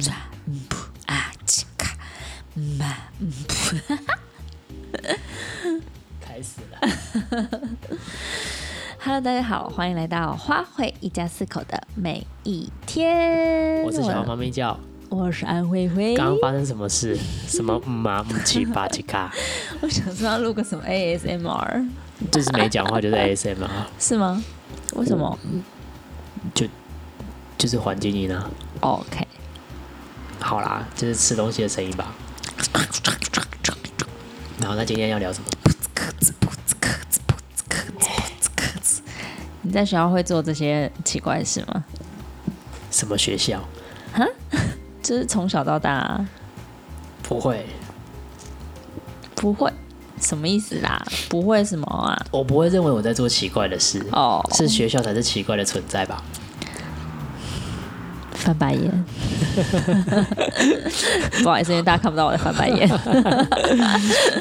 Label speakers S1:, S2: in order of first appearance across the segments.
S1: 抓不啊嗯切卡嘛
S2: 开始
S1: 哎
S2: 了。
S1: Hello，大家好，欢迎来到花卉一家四口的每一天。
S2: 我是小猫咪叫，
S1: 我是安慧慧。
S2: 刚刚发生什么事？什么嗯啊嗯七八七 卡，
S1: 我想说要录个什么 ASMR
S2: 就是没讲话就是 ASMR，
S1: 是吗？为什么、
S2: 就是环境音啊。
S1: o k
S2: 好啦，就是吃东西的声音吧。然后那今天要聊什么？
S1: 你在学校会做这些奇怪的事吗？
S2: 什么学校？
S1: 就是从小到大、啊、
S2: 不会，
S1: 不会，什么意思啦？不会什么啊？
S2: 我不会认为我在做奇怪的事。
S1: 哦、
S2: 是学校才是奇怪的存 在吧？
S1: 翻白 眼，不好意思，因为大家看不到我在翻白 眼。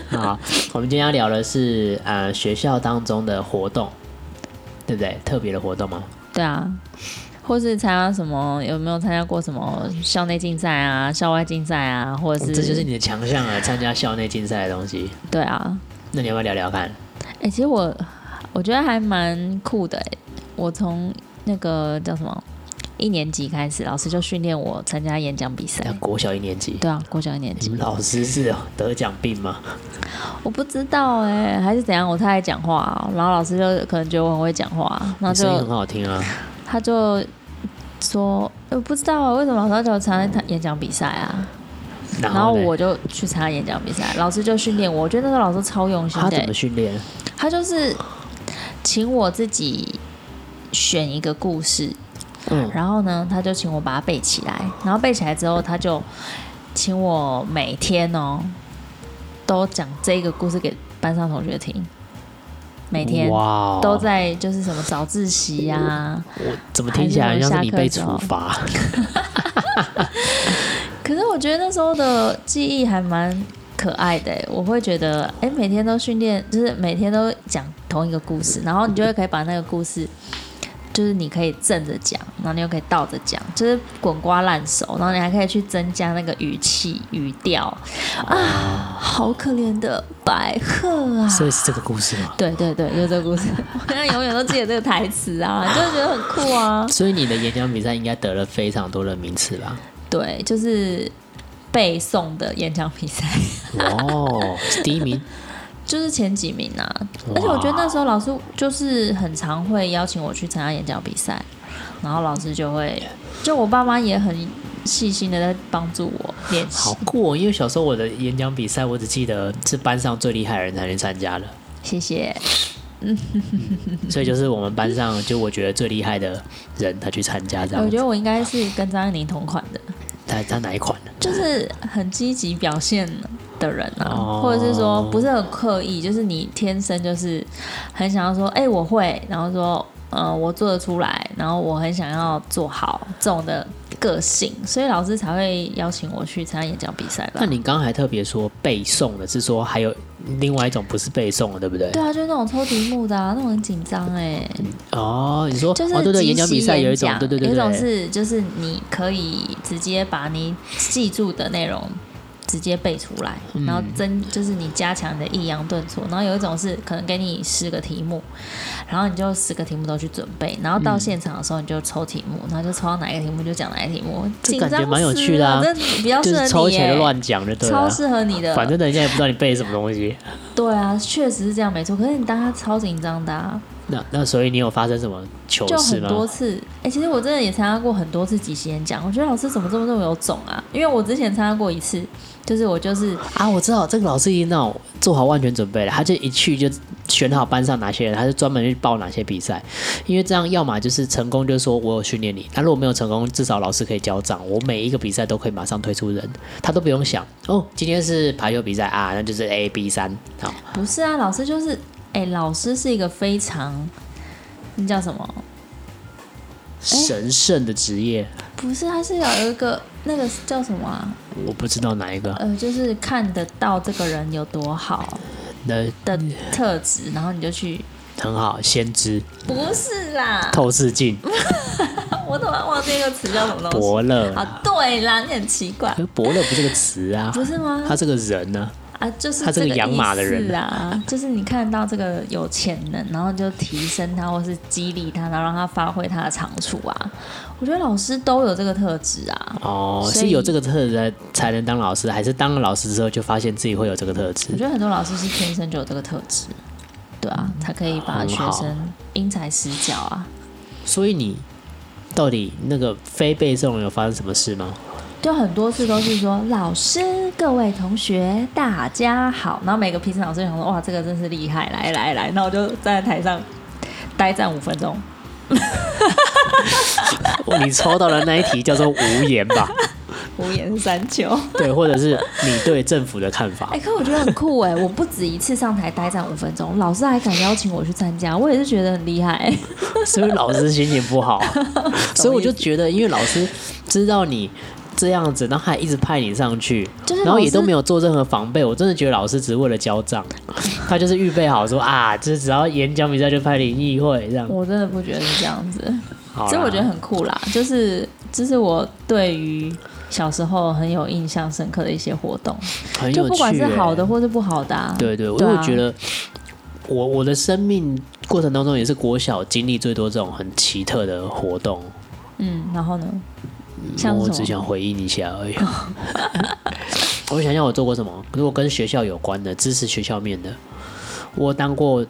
S2: 好，啊我们今天要聊的是呃学校当中的活动，对不对？特别的活动吗？
S1: 对啊，或是参加什么？有没有参加过什么校内竞赛啊、校外竞赛啊，或者是
S2: 哦这就是你的强项啊，参加校内竞赛的东西。
S1: 对啊？
S2: 那你要不要聊聊看？
S1: 哎、其实我我觉得还蛮酷的、欸。我从那个叫什么一年级开始，老师就训练我参加演讲比赛
S2: 要。国小一年级，
S1: 对啊，国小一年
S2: 你
S1: 级
S2: 们，老师是有得奖病吗？
S1: 我不知道哎、还是怎样，我太爱讲话哦、然后老师就可能觉得我很会讲话，然后
S2: 你声音
S1: 就
S2: 很好听啊，
S1: 他就说，我不知道啊，为什么老师要叫我参加演讲比赛啊？
S2: 然
S1: 然后
S2: 后嘞
S1: 我就去参加演讲比赛，老师就训练我，我觉得那时候老师超用心
S2: 他
S1: 的、
S2: 怎么训练？
S1: 他就是请我自己选一个故事，
S2: 嗯，
S1: 然后呢，他就请我把它背起来，然后背起来之后，他就请我每天哦都讲这个故事给班上同学听，每天
S2: 哇哦
S1: 都。在就是什么早自习啊，
S2: 我怎么听起来
S1: 还
S2: 很
S1: 是
S2: 像
S1: 我下
S2: 是你
S1: 课
S2: 被
S1: 之后
S2: 处罚？
S1: 可是我觉得那时候的记忆还蛮可爱的欸，我会觉得哎、诶每天都训练，就是每天都讲同一个故事，然后你就会可以把那个故事，就是你可以正着讲，然后你又可以倒着讲，就是滚瓜烂熟，然后你还可以去增加那个语气、语调啊，好可怜的白鹤啊！
S2: 所以是 这个故事吗？
S1: 对对对，就是这个故事，我现在永远都记得这个台词啊，就会觉得很酷啊。
S2: 所以你的演讲比赛应该得了非常多的名次吧？
S1: 对，就是背诵的演讲比赛。
S2: 哦，是第一名，
S1: 就是前几名啊，
S2: 哇
S1: 而且我觉得那时候老师就是很常会邀请我去参加演讲比赛，然后老师就会，就我爸妈也很细心的在帮助我练
S2: 好
S1: 习。
S2: 酷哦！因为小时候我的演讲比赛，我只记得是班上最厉害的人才能参加的，
S1: 谢谢。
S2: 所以就是我们班上就我觉得最厉害的人，他去参加这
S1: 我
S2: 样
S1: 觉
S2: 子。
S1: 得我应该是跟张爱玲同款的，
S2: 他他哪一款呢？
S1: 就是很积极表现的人啊，
S2: 哦
S1: 或者是说不是很刻意，就是你天生就是很想要说，哎、我会，然后说，呃，我做得出来，然后我很想要做好这种的个性，所以老师才会邀请我去参加演讲比赛吧
S2: 那。你刚刚还特别说背诵的，是说还有另外一种不是背诵的，对不对？
S1: 对啊，就是那种抽题目的、啊，那种很紧张哎，
S2: 哦，你说
S1: 就是
S2: 哦，对对，
S1: 即
S2: 演讲比
S1: 席
S2: 赛有一种
S1: 讲，
S2: 对对对
S1: 有一种
S2: 对，
S1: 是就是你可以直接把你记住的内容直接背出来，然后增就是你加强你的抑扬顿挫，然后有一种是可能给你十个题目，然后你就十个题目都去准备，然后到现场的时候你就抽题目，然后就抽到哪一个题目就讲哪一个题目，
S2: 嗯这
S1: 紧
S2: 感觉
S1: 张
S2: 蛮有
S1: 死
S2: 趣的啊
S1: 了这比较
S2: 就
S1: 适合
S2: 是
S1: 你
S2: 抽起来就
S1: 耶
S2: 乱讲就对
S1: 超
S2: 了。
S1: 适合你的，
S2: 反正人家也不知道你背什么东西。
S1: 对啊，确实是这样没错。可是你当他超紧张的、啊，
S2: 那那所以你有发生什么糗
S1: 就
S2: 事
S1: 很
S2: 吗？
S1: 多次，哎、其实我真的也参加过很多次即席演讲，我觉得老师怎么这么这么有种啊？因为我之前参加过一次，就是我就是
S2: 啊，我知道这个老师已经那种做好万全准备了，他就一去就选好班上哪些人，他就专门去报哪些比赛，因为这样要么就是成功，就是说我有训练你；那、如果没有成功，至少老师可以交账，我每一个比赛都可以马上推出人，他都不用想哦，今天是排球比赛啊，那就是 A B 三，好，
S1: 不是啊，老师就是哎、老师是一个非常那叫什么？
S2: 神圣的职业，
S1: 不是，他是有一个那个叫什么、啊？
S2: 我不知道哪一个，
S1: 呃，就是看得到这个人有多好
S2: 那
S1: 的特质，然后你就去。
S2: 很好，先知
S1: 不是啦，
S2: 透视镜，
S1: 我突然忘记那个词叫什么东西。
S2: 伯乐啦，
S1: 啊，对啦，你很奇怪
S2: 可是伯乐不是个词啊，
S1: 不是吗
S2: 他是个人呢、
S1: 啊，就是
S2: 他是个
S1: 这个
S2: 养马的人
S1: 意思啊，就是你看到这个有潜能，然后就提升他或是激励他，然后让他发挥他的长处啊。我觉得老师都有这个特质啊。
S2: 哦，
S1: 所以
S2: 是有这个特质才才能当老师，还是当了老师之后就发现自己会有这个特质
S1: 我？觉得很多老师是天生就有这个特质，对啊，才可以把
S2: 很
S1: 学
S2: 好
S1: 生因材施教啊。
S2: 所以你到底那个非背诵有发生什么事吗？
S1: 就很多次都是说老师、各位同学大家好，然后每个评审老师就想说哇，这个真是厉害，来来来，那我就站在台上呆站五分钟，
S2: 哦你抽到的那一题叫做无言 吧？
S1: 无言三秋。
S2: 对，或者是你对政府的看法
S1: 哎、？可我觉得很酷哎、我不止一次上台呆站五分钟，老师还敢邀请我去参加，我也是觉得很厉害、
S2: 所以老师心情不好，啊 所以我就觉得，因为老师知道你这样子，然后还一直派你上去，
S1: 就是
S2: 然后也
S1: 老师
S2: 都没有做任何防备，我真的觉得老师只是为了交账，他就是预备好说啊，就是只要演讲比赛就派你议会这样。
S1: 我真的不觉得是这样子，
S2: 好啦
S1: 所以我觉得很酷啦，就是这是我对于小时候很有印象深刻的一些活动，
S2: 很
S1: 就
S2: 有趣、
S1: 不管是好的
S2: 欸，
S1: 或是不好的、啊，
S2: 对对，因
S1: 对
S2: 为
S1: 啊
S2: 我觉得我我的生命过程当中也是国小经历最多这种很奇特的活动，
S1: 嗯，然后呢，像
S2: 嗯我
S1: 什
S2: 只
S1: 么
S2: 想回应一下而已。 我想想我做过什么？如果跟学校有关的，支持学校面的，我当过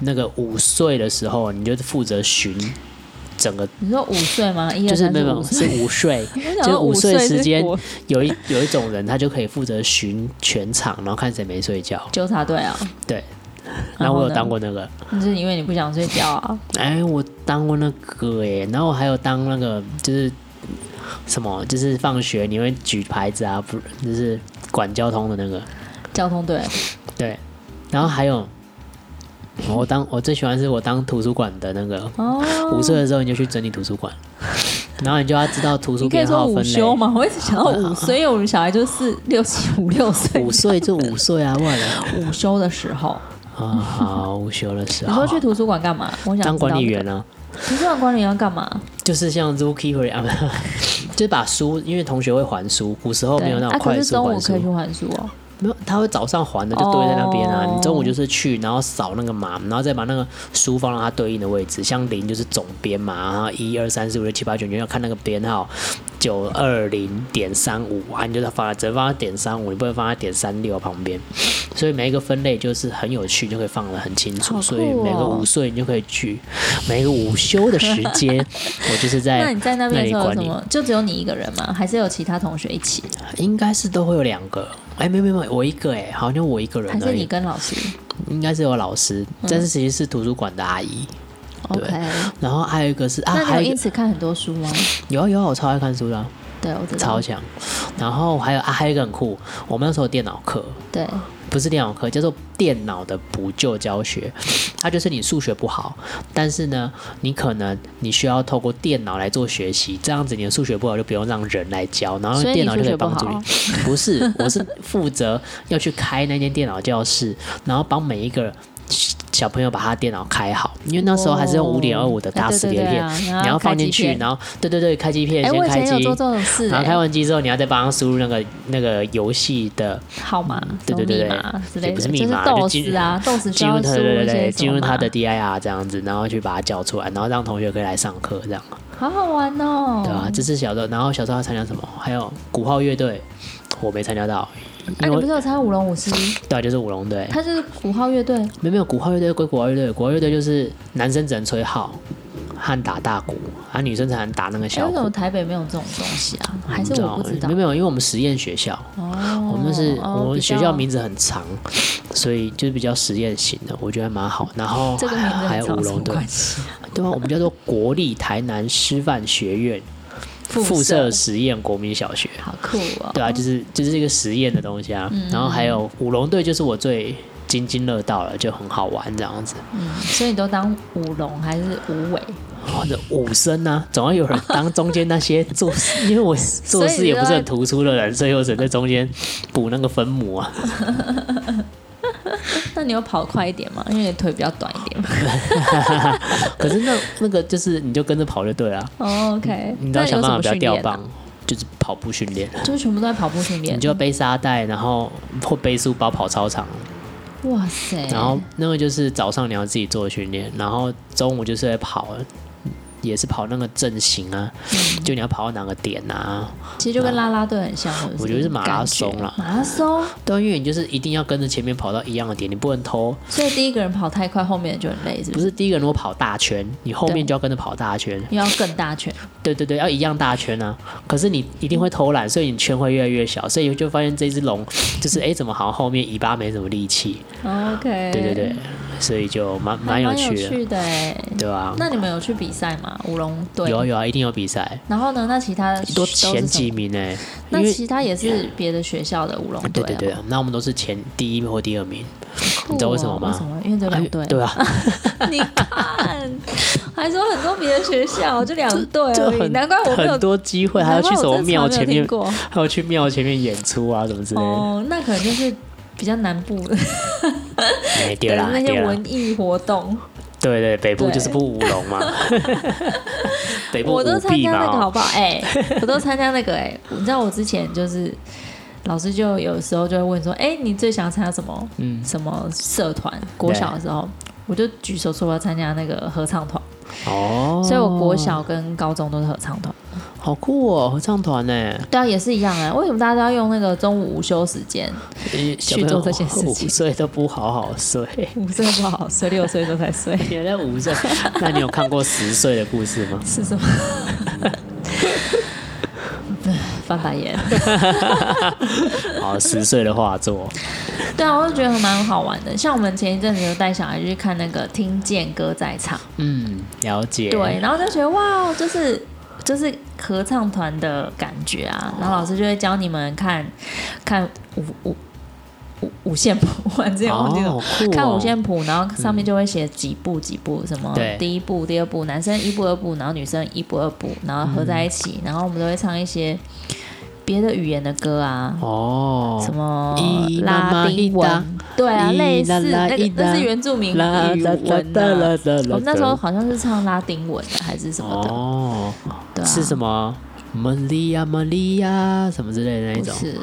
S2: 那个五岁的时候，你就是负责巡整个，
S1: 你说五岁吗？一
S2: 就
S1: 二
S2: 是
S1: 三
S2: 没
S1: 四
S2: 有没
S1: 五
S2: 有是
S1: 岁，，
S2: 午睡
S1: 我想
S2: 就
S1: 说
S2: 午
S1: 五
S2: 睡
S1: 岁
S2: 时间
S1: 是国
S2: 有一有一种人，他就可以负责巡全场，然后看谁没睡觉。
S1: 纠察队啊，
S2: 对，
S1: 然
S2: 然后
S1: 后
S2: 我有
S1: 呢
S2: 当过那个，
S1: 就是因为你不想睡觉啊，
S2: 哎，我当过那个耶，然后我还有当那个就是什么，就是放学你会举牌子啊，不就是管交通的那个，
S1: 交通队
S2: 对，然后还有我当我最喜欢是我当图书馆的那个，
S1: 哦，
S2: 五岁的时候你就去整理图书 馆，然后你就要知道图书
S1: 你可以
S2: 编
S1: 说
S2: 号
S1: 午
S2: 分类
S1: 休。嘛，我一直想到 午岁，因为我们小孩就是六七五六岁
S2: 五岁就五岁啊，忘了
S1: 午休的时候，
S2: 啊，好午休的时
S1: 你
S2: 候
S1: 说去图书馆干嘛？我想
S2: 当
S1: 知道
S2: 管理
S1: 这个
S2: 员，啊，
S1: 图书馆管理员要干嘛？
S2: 就是像 zookeeper 啊，不是 就是把书，因为同学会还书，古时候哦没有那
S1: 啊，
S2: 种
S1: 可
S2: 快
S1: 是
S2: 速
S1: 中午
S2: 还
S1: 可
S2: 书
S1: 以，去还书哦，
S2: 没有，他会早上还的就堆在那边啊。
S1: 哦
S2: 你中午就是去，然后扫那个码，然后再把那个书放到它对应的位置。像零就是总编嘛，然后一二三四五六七八九，你要看那个编号，九二零点三五啊，你就是放在只能放在点三五，你不能放在点三六旁边。所以每一个分类就是很有趣，就可以放得很清
S1: 好
S2: 楚。
S1: 酷哦
S2: 所以每个午睡你就可以去，每个午休的时 间，我就是在
S1: 那你在那边的时候有
S2: 哎管
S1: 什
S2: 理。
S1: 么？就只有你一个人吗？还是有其他同学一起？
S2: 应该是都会有两个。哎，没有没有没有，我一个哎、好像我一个人
S1: 还
S2: 而
S1: 是
S2: 已
S1: 你跟老师
S2: 应该是有老师，
S1: 嗯
S2: 但是其实是图书馆的阿姨。
S1: ？OK，
S2: 然后还有一个是啊，
S1: 那你
S2: 还
S1: 有
S2: 有一
S1: 因
S2: 个
S1: 此看很多书吗？
S2: 有啊有啊，我超爱看书的啊、
S1: 对，我知道
S2: 超。强。然后还有啊，还有一个很酷，我们那时候有电脑课
S1: 对，
S2: 不是电脑课，叫做电脑的补救教学。它就是你数学不好，但是呢，你可能你需要透过电脑来做学习，这样子你的数学不好就不用让人来教，然后
S1: 所以
S2: 电
S1: 你
S2: 脑就
S1: 数
S2: 可以
S1: 学不
S2: 帮助
S1: 好
S2: 你。不是，我是负责要去开那间电脑教室，然后帮每一个小朋友把他电脑开好，因为那时候还是用
S1: 哦
S2: 五点二五的大
S1: 对
S2: 磁
S1: 对
S2: 碟
S1: 对
S2: 片，
S1: 啊
S2: 你
S1: 然
S2: 要
S1: 后
S2: 放
S1: 开
S2: 进
S1: 机
S2: 去，
S1: 片
S2: 然后对对对，开机片、
S1: 哎，
S2: 先
S1: 我以
S2: 开
S1: 前有
S2: 机
S1: 做这。种事，
S2: 然后开
S1: 哎，
S2: 完机之后，你要再帮他输入那个那个游戏的
S1: 号码、
S2: 对对对
S1: 密
S2: 对
S1: 码之
S2: 也
S1: 类
S2: 不
S1: 的，
S2: 是
S1: 就
S2: 密
S1: 是
S2: 码就
S1: 豆
S2: 进
S1: 子啊，豆子需
S2: 进
S1: 要
S2: 入
S1: 输
S2: 他对
S1: 入
S2: 对
S1: 一
S2: 对，
S1: 些
S2: 进入
S1: 什么
S2: 他的
S1: 嘛
S2: DIR 这样子，然后去把它叫出来，然后让同学可以来上课这样，
S1: 好好玩哦。
S2: 对啊吧、这是小时候，然后小时候还参加什么？还有鼓号乐队，我没参加到，
S1: 啊，
S2: 因
S1: 你
S2: 为
S1: 不是有参加舞龙 舞狮？
S2: 对啊，就是舞龙队，
S1: 他就是鼓号乐队，哎
S2: 没有没有鼓号乐队归鼓号乐队，鼓号乐队就是男生只能吹号和打大鼓，啊女生才能打那个
S1: 哎，
S2: 小
S1: 为
S2: 鼓。
S1: 什么台北没有这种东西啊？还是我不知道
S2: 哎没有？没有，因为我们实验学校，
S1: 哦，
S2: 我们就是、
S1: 哦
S2: 我们
S1: 比
S2: 学
S1: 较
S2: 校名字很长，所以就是比较实验型的，我觉得还蛮好。然后
S1: 这个名字
S2: 还还有
S1: 很长
S2: 舞
S1: 什么
S2: 龙队，
S1: 关系啊？
S2: 对啊，我们叫做国立台南师范学院
S1: 附
S2: 附
S1: 设
S2: 设实验国民小学。
S1: 好酷哦！嗯
S2: 对啊，就是就是这个实验的东西啊。然后还有舞龙队，就是我最津津乐道了，就很好玩这样子。
S1: 嗯，所以你都当舞龙还是舞尾？
S2: 或者武生啊，总要有人当中间那些做事，因为 我做事也不是很 突出的人，所以我只能在中间补那个分母啊。
S1: 那那你有跑快一点吗？因为你腿比较短一点嘛。
S2: 可是那那个就是你就跟着跑就对了，
S1: 哦 OK，
S2: 你只
S1: 那
S2: 要
S1: 有什
S2: 想办法
S1: 么
S2: 不要
S1: 训
S2: 掉
S1: 练啊？
S2: 棒，就是跑步训练，
S1: 就是全部都在跑步训练。
S2: 你就背沙袋，然后或背书包跑操场，啊
S1: 哇塞，
S2: 然后那个就是早上你要自己做训练，然后中午就是在跑，也是跑那个阵型啊，
S1: 嗯
S2: 就你要跑到哪个点啊？
S1: 其实就跟拉拉队很像，
S2: 我觉得是马拉松啦
S1: 了。马拉松，
S2: 对啊，因为你就是一定要跟着前面跑到一样的点，你不能偷。
S1: 所以第一个人跑太快，后面就很累，是不
S2: 不
S1: 是？
S2: 是第一个人如果跑大圈，你后面就要跟着跑大圈。
S1: 又要更大圈，
S2: 对对对，要一样大圈啊。可是你一定会偷懒，所以你圈会越来越小，所以就发现这只龙就是哎，诶怎么好像后面尾巴没什么力气？
S1: 哦 OK，
S2: 对对，对，所以就蛮
S1: 还蛮
S2: 蛮有
S1: 有
S2: 趣的，
S1: 趣的哎。
S2: 对吧、
S1: 那你们有去比赛吗？舞龙队
S2: 有啊。有啊，一定有比赛。
S1: 然后呢？那其他的
S2: 都
S1: 都是
S2: 前
S1: 什么
S2: 几名哎、因
S1: 那
S2: 为
S1: 其他也是别的学校的舞龙队啊，
S2: 对对对，那我们都是前第一或第二名，
S1: 酷哦
S2: 你知道为什么吗
S1: 为什么？因为只有两队。
S2: 对啊，
S1: 你看，还说很多别的学校，就两队
S2: 就
S1: 而已，
S2: 很
S1: 难怪我没有
S2: 很，多机会，还要
S1: 难怪
S2: 去
S1: 我
S2: 什么
S1: 真的从来
S2: 庙
S1: 没有
S2: 前
S1: 听
S2: 面，
S1: 过。
S2: 还要去庙前面演出啊，什么之类的。
S1: 哦，那可能就是比较南部的
S2: 哎、对啦，
S1: 那
S2: 对
S1: 些
S2: 啦，
S1: 文艺活动，
S2: 对对，北部
S1: 对
S2: 就是不舞龙嘛， 北部
S1: 我都
S2: 舞
S1: 参
S2: 弊
S1: 加那个好
S2: 嘛。
S1: 不好？哎、我都参加那个哎、你知道我之前就是老师就有时候就会问说，哎、你最想参加什么？
S2: 嗯，
S1: 什么社团？国
S2: 对
S1: 小的时候，我就举手说我要参加那个合唱团，
S2: 哦，
S1: 所以我国小跟高中都是合唱团。
S2: 好酷哦，合唱团呢，
S1: 对啊，也是一样啊。为什么大家都要用那个中午午休时间？
S2: 小
S1: 去
S2: 朋
S1: 做
S2: 友
S1: 这些事情
S2: 哎五岁都不好好睡，
S1: 五岁不 好睡，六岁都在睡，
S2: 现在五岁，那你有看过十岁的故事吗？
S1: 是什么？翻白眼。
S2: 好，哦十岁的画作，
S1: 对啊，我就觉得还蛮好玩的。像我们前一阵子有带小孩去看那个听见歌在唱，
S2: 嗯，了解。
S1: 对，然后就觉得哇，就是就是合唱团的感觉啊。然后老师就会教你们看看五五五五线谱， 我之前
S2: 哦，
S1: 忘记了。
S2: 好酷哦
S1: 看五线谱，然后上面就会写几步几步，什么
S2: 对
S1: 第一步、第二步，男生一步二步，然后女生一步二步，然后合在一起，
S2: 嗯
S1: 然后我们都会唱一些别的语言的歌啊，
S2: 哦，
S1: 什么
S2: 伊
S1: 拉
S2: 妈妈伊
S1: 丁
S2: 达
S1: 文，对啊，
S2: 伊
S1: 类似
S2: 拉拉
S1: 那个
S2: 伊
S1: 那
S2: 达
S1: 是原住民语
S2: 啦啦啦
S1: 文
S2: 啦啦
S1: 啊。
S2: 啦啦
S1: 我们那时候好像是唱拉丁文的还是什么的，
S2: 哦，
S1: 对啊，
S2: 是什么？玛利亚，玛利亚，什么之类的那一
S1: 不
S2: 种，
S1: 是，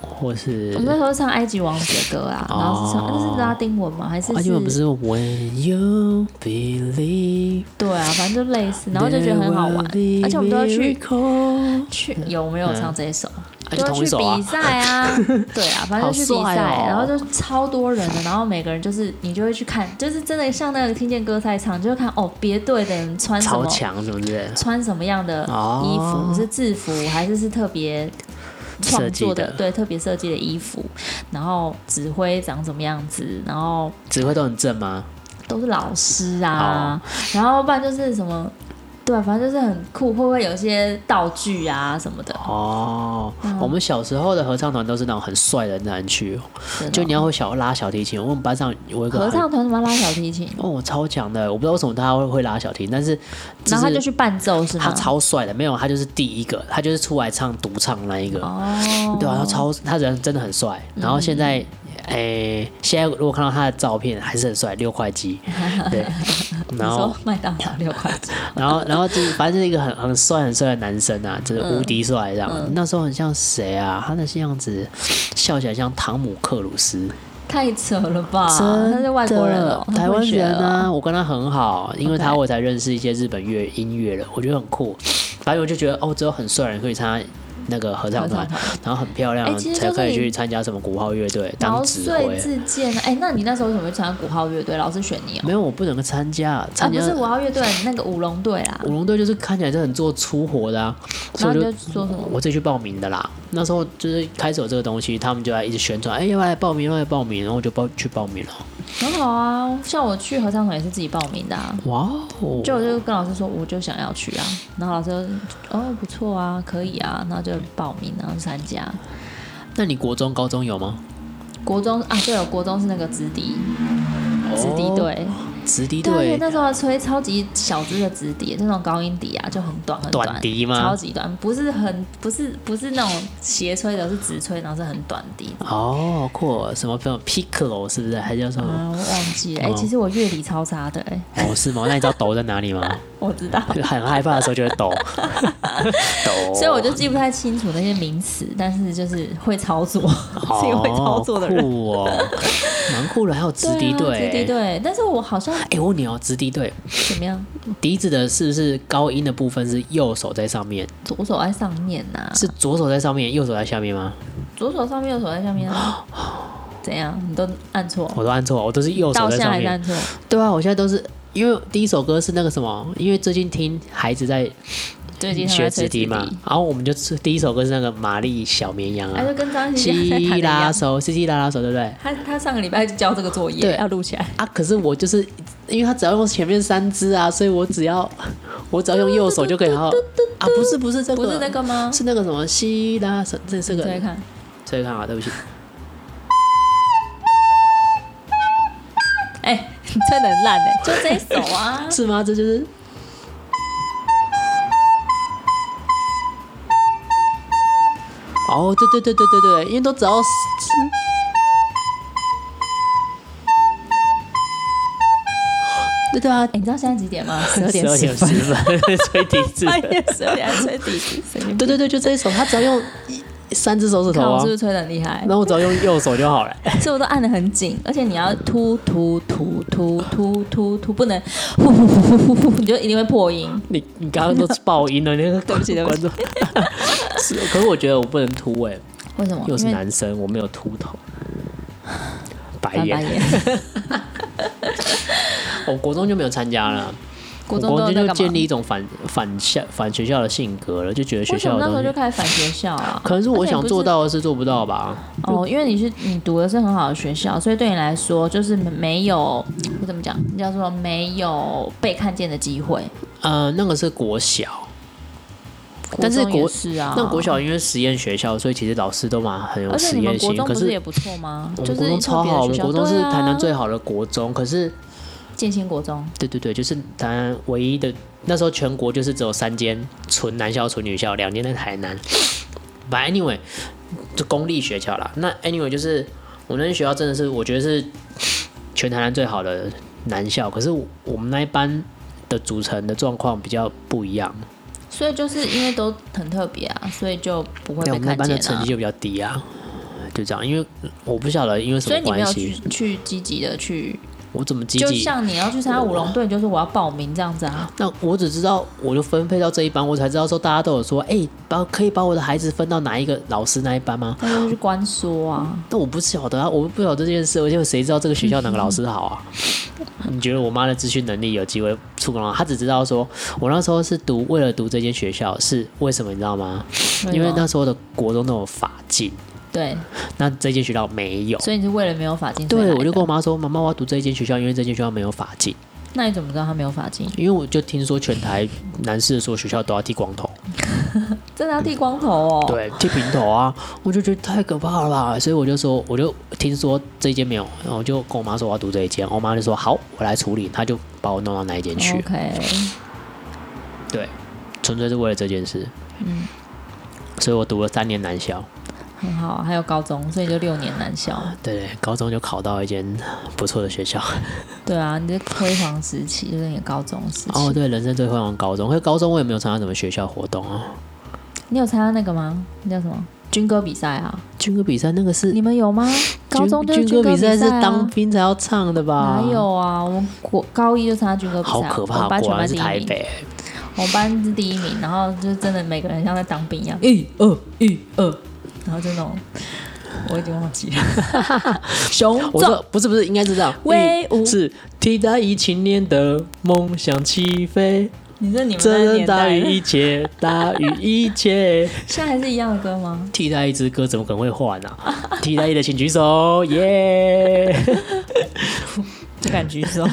S2: 或是
S1: 我们那时候唱埃及王子的歌啊，然后是唱那是拉丁文吗？还是
S2: 啊，英文不是 When you believe，
S1: 对啊，反正就类似，然后就觉得很好玩，而且我们都要去去有没有唱这一首？
S2: 而且
S1: 都要
S2: 同一
S1: 去
S2: 首啊
S1: 比，赛啊， 对啊，反正就去比
S2: 好帅
S1: 赛，
S2: 哦
S1: 然后就超多人的，然后每个人就是你就会去看，就是真的像那个听见歌赛唱，你就会看哦，别队的人穿什
S2: 超
S1: 么。
S2: 强什么之类的，
S1: 穿什么样的衣服，
S2: 哦
S1: 是制服还是是特别
S2: 设
S1: 创
S2: 计
S1: 作
S2: 的
S1: 对，特别设计的衣服，然后指挥长什么样子，然后
S2: 指挥都很正吗？
S1: 都是老师啊，
S2: 哦
S1: 然后不然就是什么，对啊，反正就是很酷，会不会有一些道具啊什么的？
S2: 哦，我们小时候的合唱团都是那种很帅的男去哦，
S1: 真的
S2: 就你要会小拉小提琴，我们班上有一个
S1: 合
S2: 很
S1: 唱团怎么拉小提琴，
S2: 哦，超强的，我不知道为什么他会会拉小提，但是就
S1: 然后他就是去伴奏是吗？
S2: 他超帅的，没有他就是第一个，他就是出来唱独唱那一个，
S1: 哦，嗯
S2: 对啊，他超他人真的很帅，然后现在。诶、现在如果看到他的照片，还是很帅，六块 肌，对，
S1: 你
S2: 然后
S1: 说，麦当劳六块钱，
S2: 然后，然后就是反正就是一个很很帅很帅的男生啊，就是
S1: 嗯
S2: 无敌帅这样。那时候很像谁啊？他的样子笑起来像汤姆克鲁斯，
S1: 太扯了吧？
S2: 真
S1: 啊他是外国人
S2: 的
S1: 哦，
S2: 台湾人
S1: 啊。
S2: 啊，我跟他很好，因为
S1: OK
S2: 他我才认识一些日本乐音乐的，我觉得很酷。反正我就觉得哦，只有很帅的人可以参加那个合唱团
S1: 合唱，
S2: 然后很漂亮、
S1: 哎其实就
S2: 才
S1: 是
S2: 可以
S1: 你
S2: 去参加什么鼓号乐队当
S1: 毛
S2: 指
S1: 遂
S2: 挥。
S1: 自荐啊！哎、那你那时候为什么会参加鼓号乐队？老师选你哦、
S2: 没有，我不能参加，
S1: 啊，
S2: 参
S1: 不
S2: 加
S1: 是鼓号乐队，那个舞龙队啦
S2: 舞。龙队就是看起来是很做粗活的啊，
S1: 然
S2: 所
S1: 后
S2: 以
S1: 你
S2: 我
S1: 就
S2: 就
S1: 说什么？
S2: 我自己去报名的啦。那时候就是开始有这个东西，他们就在一直宣传，哎、要不要来报名，要不要来报名，然后我就报去报名了。
S1: 很好啊，像我去合唱团也是自己报名的、啊。
S2: 哇哦！
S1: 就我就跟老师说，我就想要去啊，然后老师就哦不错啊，可以啊，然后就报名，然后就参加。
S2: 那你国中、高中有吗？
S1: 国中啊，对哦，国中是那个直笛，直笛队，
S2: 直笛
S1: 对啊，而且
S2: 队
S1: 那时候还吹超级小支的直笛，那种高音笛啊，就很短很
S2: 短笛
S1: 超
S2: 吗？
S1: 级短，不是很不是不是那种斜吹的，是直吹，然后是很短笛。
S2: 哦，酷，什么朋友 piccolo 是不是？还叫什么？
S1: 啊，我忘记了。哎、
S2: 哦
S1: 其实我乐理超差的、哎，
S2: 哦，是吗？那你知道抖在哪里吗？
S1: 我知道，
S2: 就很害怕的时候就会抖，抖。
S1: 所以我就记不太清楚那些名词，但是就是会操作， 是一个会操作的
S2: 哦
S1: 人。
S2: 酷哦，蛮酷的。还有直
S1: 对啊
S2: 笛队，
S1: 直笛队，但是我好像
S2: 哎、我问你哦，直笛队
S1: 怎么样，
S2: 笛子的是不是高音的部分是右手在上面，
S1: 左手在上面呐、
S2: 是左手在上面，右手在下面吗？
S1: 左手上面，右手在下面 啊？怎样？你都按错，
S2: 我都按错了，我都是右手
S1: 到
S2: 在
S1: 现在
S2: 上
S1: 还是
S2: 面。
S1: 按错。
S2: 对啊，我现在都是因为第一首歌是那个什么，因为最近听孩子在
S1: 最近他们
S2: 学
S1: 在吹
S2: 直笛嘛，然后我们就是第一首歌是那个玛丽小绵羊
S1: 哎他就
S2: 啊，
S1: 跟张信
S2: 稀
S1: 哲在谈一
S2: 拉
S1: 样。
S2: 手， 稀稀拉拉手，对不对？
S1: 他他上个礼拜就交这个作业，
S2: 对
S1: 要录起来。
S2: 啊，可是我就是因为他只要用前面三只啊，所以我只要 我只要用右手就可以 好好啊，不是不是这个，
S1: 不是那个吗？
S2: 是那个什么稀拉手，这这
S1: 你
S2: 个
S1: 再看，
S2: 这个看啊，对不起。。
S1: 哎、 你吹的很烂哎、就这一首啊
S2: 是吗？这就是。哦，对对对对对对，因为都只要是对对啊，
S1: 哎、你知道现在几点 吗？十二点
S2: 12
S1: 十
S2: 点十
S1: 分。
S2: 分， 啊吹笛 子。
S1: 半夜十二点还吹笛子， 神经病
S2: 对对对，就这一首，他只要用一三只手指
S1: 看
S2: 头
S1: 我
S2: 啊
S1: 是不，是吹的很厉害
S2: 然？后我只要用右手就好了。
S1: 所以我都按的很紧，而且你要突突突突突突突，不能 呼呼呼呼呼呼，你就一定会破音。
S2: 你你刚刚都是爆音了，那个
S1: 对不起对不
S2: 观
S1: 起
S2: 众。 是，可是我觉得我不能突哎、
S1: 为什么？
S2: 又是
S1: 因为
S2: 男生，我没有秃头， 白
S1: 翻白
S2: 眼。
S1: 眼。
S2: 我国中就没有参加了，
S1: 国
S2: 我
S1: 中都
S2: 国
S1: 在
S2: 中就
S1: 干
S2: 建
S1: 嘛？
S2: 立一种反反校反学校的性格了，就觉得学
S1: 为什
S2: 校
S1: 么
S2: 的
S1: 那时候
S2: 东
S1: 就
S2: 西，
S1: 开始反学校啊？
S2: 可能是我
S1: 而且你
S2: 想
S1: 不是
S2: 做到的是做不到吧。
S1: 哦，因为你是你读的是很好的学校，所以对你来说就是没有我怎么讲，叫做没有被看见的机会。
S2: 呃，那个是国小，但
S1: 嗯
S2: 是
S1: 中也
S2: 国
S1: 是啊，
S2: 那国小因为实验学校，所以其实老师都蛮很有
S1: 而且
S2: 实
S1: 你们
S2: 验
S1: 国
S2: 性。
S1: 中
S2: 可
S1: 不是
S2: 是
S1: 也不错吗？
S2: 我
S1: 就
S2: 们
S1: 是
S2: 国中超好，我
S1: 特别的
S2: 们
S1: 学校
S2: 国中是
S1: 对啊
S2: 台南最好的国中，可是
S1: 建新国中，
S2: 对对对，就是台南唯一的，那时候全国就是只有三间纯男校、纯女校，两间在台南。But anyway，就公立学校啦。那 anyway 就是我那间学校真的是，我觉得是全台南最好的男校。可是我我们那一班的组成的状况比较不一样，
S1: 所以就是因为都很特别啊，所以就不会被
S2: 对我们那
S1: 看
S2: 班的
S1: 见
S2: 成
S1: 啊
S2: 绩。就比较低啊，就这样。因为我不晓得因为什
S1: 所
S2: 么
S1: 以你没
S2: 关
S1: 有去
S2: 系，
S1: 去积极的去，
S2: 我怎么积
S1: 就
S2: 极？
S1: 像你要去参加舞龙队，你就是我要报名这样子啊。
S2: 那我只知道，我就分配到这一班，我才知道说大家都有说，哎、把可以把我的孩子分到哪一个老师那一班吗？
S1: 那就是去关说啊，
S2: 那我不晓得啊，我不晓得这件事，而且谁知道这个学校哪个老师好 啊？你觉得我妈的资讯能力有机会出工吗？她只知道说，我那时候是读为了读这间学校，是为什么你知道吗？因为
S1: 吗
S2: 那时候的国中都有法禁，
S1: 啊对，
S2: 那这间学校没有。
S1: 所以你是为了没有法进，所以
S2: 对，
S1: 来
S2: 我就
S1: 的
S2: 跟我妈说，妈妈，我要读这一间学校，因为这间学校没有法禁，
S1: 那你怎么知道他没有法进？
S2: 因为我就听说全台男士的所有学校都要剃光头。
S1: 真的要剃光头哦？
S2: 对，剃平头啊，我就觉得太可怕了吧，所以我就说，我就听说这一间没有，然后我就跟我妈说我要读这一间，我妈就说好，我来处理，她就把我弄到那一间去，
S1: OK，
S2: 对，纯粹是为了这件事，
S1: 嗯
S2: 所以我读了三年男校，
S1: 很好，还有高中，所以就六年男校。
S2: 对对，高中就考到一间不错的 学校，
S1: 对啊，你的辉煌时期就是你的高中时期。
S2: 哦，对，人生最辉煌的高中，可是高中我也没有参加什么学校活动啊，
S1: 你有参加那个吗？那叫什么？军歌比赛啊？
S2: 军歌比赛那个是
S1: 你们有吗？嗯高中就是
S2: 军军歌
S1: 比
S2: 比
S1: 赛、啊、
S2: 是当兵才要唱的吧？
S1: 哪有啊？我们国高一就参加军歌比赛
S2: 好
S1: 啊、
S2: 可
S1: 我
S2: 怕
S1: 们，班
S2: 果
S1: 全
S2: 然
S1: 班
S2: 是
S1: 第一
S2: 台
S1: 名，
S2: 北。
S1: 我们班是第一名，然后就是真的每个人像在当兵一样，
S2: 一二一二，
S1: 然后就那种，我已经忘记了，
S2: 雄我说不是不是，应该是这样，
S1: 威武
S2: 是替代役青年的梦想起飞，
S1: 你说你们那
S2: 责
S1: 个
S2: 任
S1: 年
S2: 大
S1: 代
S2: 于
S1: 的，
S2: 一切，大于一切。
S1: 现在还是一样的歌吗？
S2: 替代一支歌怎么可能会换啊？替代役的请举 手，耶、
S1: 就敢举手。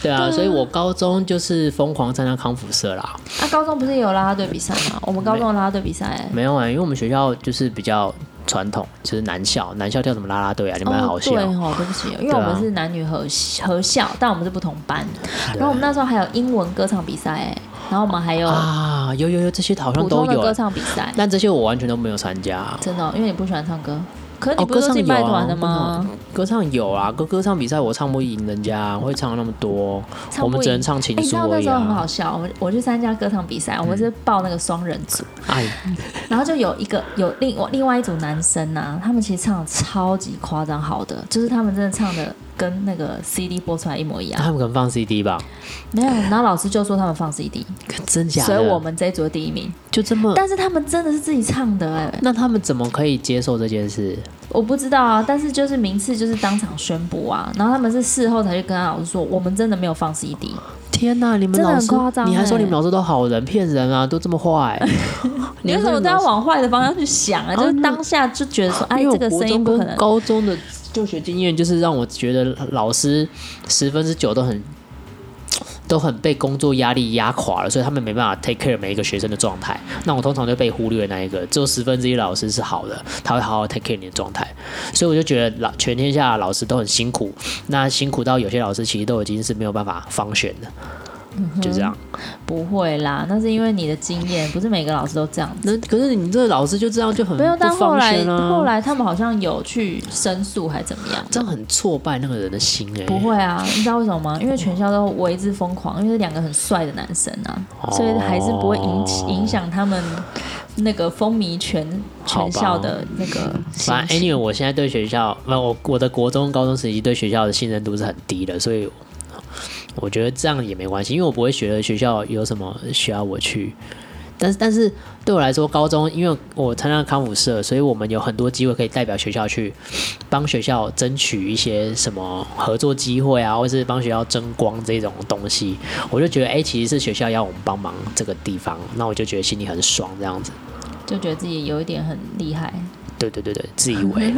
S2: 对啊，所以我高中就是疯狂参加康复社啦。
S1: 啊，高中不是也有啦啦队比赛吗？我们高中有啦啦队比赛、欸，
S2: 没有啊、因为我们学校就是比较传统，就是男校，男校跳什么啦啦队啊，你们还好笑。
S1: 对哦，对不起，因为
S2: 对啊
S1: 我们是男女合合校，但我们是不同班。
S2: 对
S1: 然后我们那时候还有英文歌唱比赛，哎，然后我们还有
S2: 啊，有有有，这些好像
S1: 普
S2: 都
S1: 通的
S2: 有
S1: 歌
S2: 欸，
S1: 唱比赛，
S2: 但这些我完全都没有参加。
S1: 真的哦、因为你不喜欢唱歌。可是
S2: 哦，
S1: 你
S2: 歌
S1: 不是
S2: 唱
S1: 都
S2: 有
S1: 进
S2: 啊
S1: 拜团的
S2: 歌
S1: 吗？
S2: 唱歌唱有啊，歌歌唱比赛我唱不赢人家，会唱那么多，
S1: 唱不赢
S2: 我们只能唱情
S1: 哎，你知
S2: 书
S1: 道
S2: 而
S1: 那
S2: 已
S1: 时候很好
S2: 啊。嗯
S1: 笑，我们我去参加歌唱比赛，我们是报那个双人组，
S2: 哎，
S1: 然后就有一个有另外另外一组男生呐、他们其实唱的超级夸张，好的，就是他们真的唱的跟那个 CD 播出来一模一样
S2: 他。们可能放 CD 吧？
S1: 没有，然后老师就说他们放 CD，
S2: 真假
S1: 所
S2: 的？
S1: 以我们这一组的第一名。
S2: 就这么。
S1: 但是他们真的是自己唱的哎、
S2: 那他们怎么可以接受这件事？
S1: 我不知道啊。但是就是名次就是当场宣布啊，然后他们是事后才去跟他老师说，我们真的没有放 CD。
S2: 天呐，你们
S1: 真的
S2: 老
S1: 很
S2: 师，
S1: 夸张
S2: 你还说
S1: 欸
S2: 你们老师都好人，骗人啊，都这么 坏。
S1: 你为
S2: 们
S1: 什么
S2: 老
S1: 都要
S2: 师
S1: 往坏的方向去想啊？
S2: 哦
S1: 就是
S2: 那
S1: 当下就觉得说，哎，
S2: 因为我
S1: 这个
S2: 国
S1: 声音
S2: 中
S1: 不可
S2: 跟
S1: 能。
S2: 高中的就学经验，就是让我觉得老师十分之九都很都很被工作压力压垮了，所以他们没办法 take care 每一个学生的状态。那我通常就被忽略的那一个，只有十分之一老师是好的，他会好好 take care 你的状态。所以我就觉得老全天下的老师都很辛苦，那辛苦到有些老师其实都已经是没有办法方选的。
S1: 嗯
S2: 就这样，
S1: 不会啦，那是因为你的经验，不是每个老师都这样子。
S2: 那可是你这个老师就这样嗯就很
S1: 没有，
S2: 不
S1: 但后
S2: 方
S1: 来
S2: 选啊，
S1: 后来他们好像有去申诉，还怎么样？
S2: 这样很挫败那个人的心哎、
S1: 不会啊，你知道为什么吗？因为全校都为之疯狂，因为是两个很帅的男生啊，
S2: 哦
S1: 所以还是不会影起影响他们那个风靡全
S2: 好吧
S1: 全校的那个心
S2: 反正
S1: 情。
S2: anyway，我现在对学校，不，我我的国中、高中时期对学校的信任度是很低的，所以我觉得这样也没关系，因为我不会觉得学校有什么需要我去。但是，但是对我来说，高中因为我参加康复社，所以我们有很多机会可以代表学校去帮学校争取一些什么合作机会啊，或是帮学校争光这种东西。我就觉得，哎、其实是学校要我们帮忙这个地方，那我就觉得心里很爽，这样子。
S1: 就觉得自己有一点很厉害，
S2: 对对对对，自以为，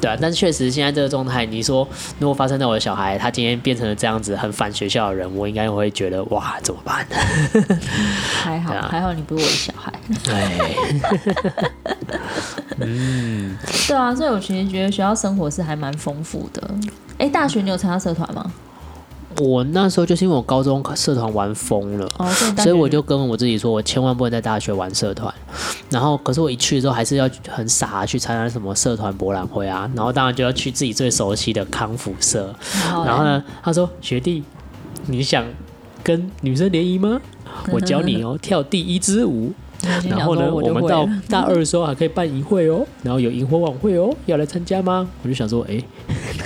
S2: 对啊，但是确实现在这个状态，你说如果发生在我的小孩，他今天变成了这样子很反学校的人，我应该会觉得哇，怎么办？
S1: 还好、
S2: 对啊
S1: 还好你不是我的小孩。
S2: 哎，
S1: 对啊，所以我其实觉得学校生活是还蛮丰富的。哎，大学你有参加社团吗？
S2: 我那时候就是因为我高中社团玩疯了。
S1: 哦，所以你大学
S2: 所以我就跟我自己说，我千万不能在大学玩社团。然后，可是我一去之后，还是要很傻地去参加什么社团博览会啊。然后，当然就要去自己最熟悉的康复社。
S1: 很好欸
S2: 然后呢，他说：“学弟，你想跟女生联谊吗？ 我教你哦，跳第一支舞。
S1: 我心想
S2: 然后呢，
S1: 说我
S2: 我
S1: 就
S2: 们
S1: 会
S2: 到
S1: 了
S2: 大二的时候还可以办营会哦，然后有萤火晚会哦，要来参加吗？我就想说，哎，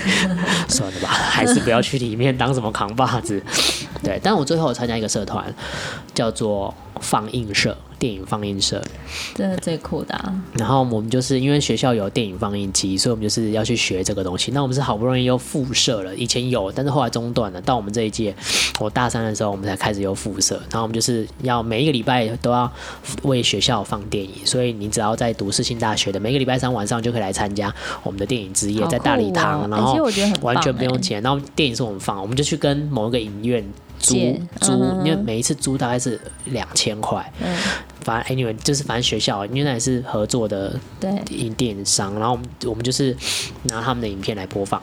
S2: 算了吧， 还是不要去里面当什么扛把子。对，但我最后有参加一个社团，叫做放映社。电影放映社，
S1: 真的最酷的、啊，
S2: 然后我们就是因为学校有电影放映机，所以我们就是要去学这个东西。那我们是好不容易又复社了，以前有，但是后来中断了。到我们这一届，我大三的时候，我们才开始有复社。然后我们就是要每一个礼拜都要为学校放电影，所以你只要在读世新大学的，每个礼拜三晚上就可以来参加我们的电影之夜，
S1: 好
S2: 在大
S1: 酷
S2: 礼堂，
S1: 哦
S2: 然
S1: 哎其实
S2: 后
S1: 我觉得很
S2: 完全
S1: 棒
S2: 不用
S1: 哎
S2: 钱。然后电影是我们放，我们就去跟某一个影院租
S1: 借
S2: 租
S1: 嗯，
S2: 因为每一次租大概是两千块。
S1: 嗯，
S2: 反正 anyway 就是反正学校，因为那也是合作的
S1: 对，
S2: 影电影商，然后我们我们就是拿他们的影片来播放，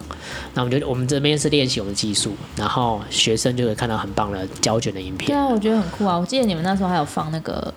S2: 那我们就我们这边是练习我们的技术，然后学生就可以看到很棒的胶卷的影
S1: 对
S2: 片。
S1: 啊，我觉得很酷啊！我记得你们那时候还有放那个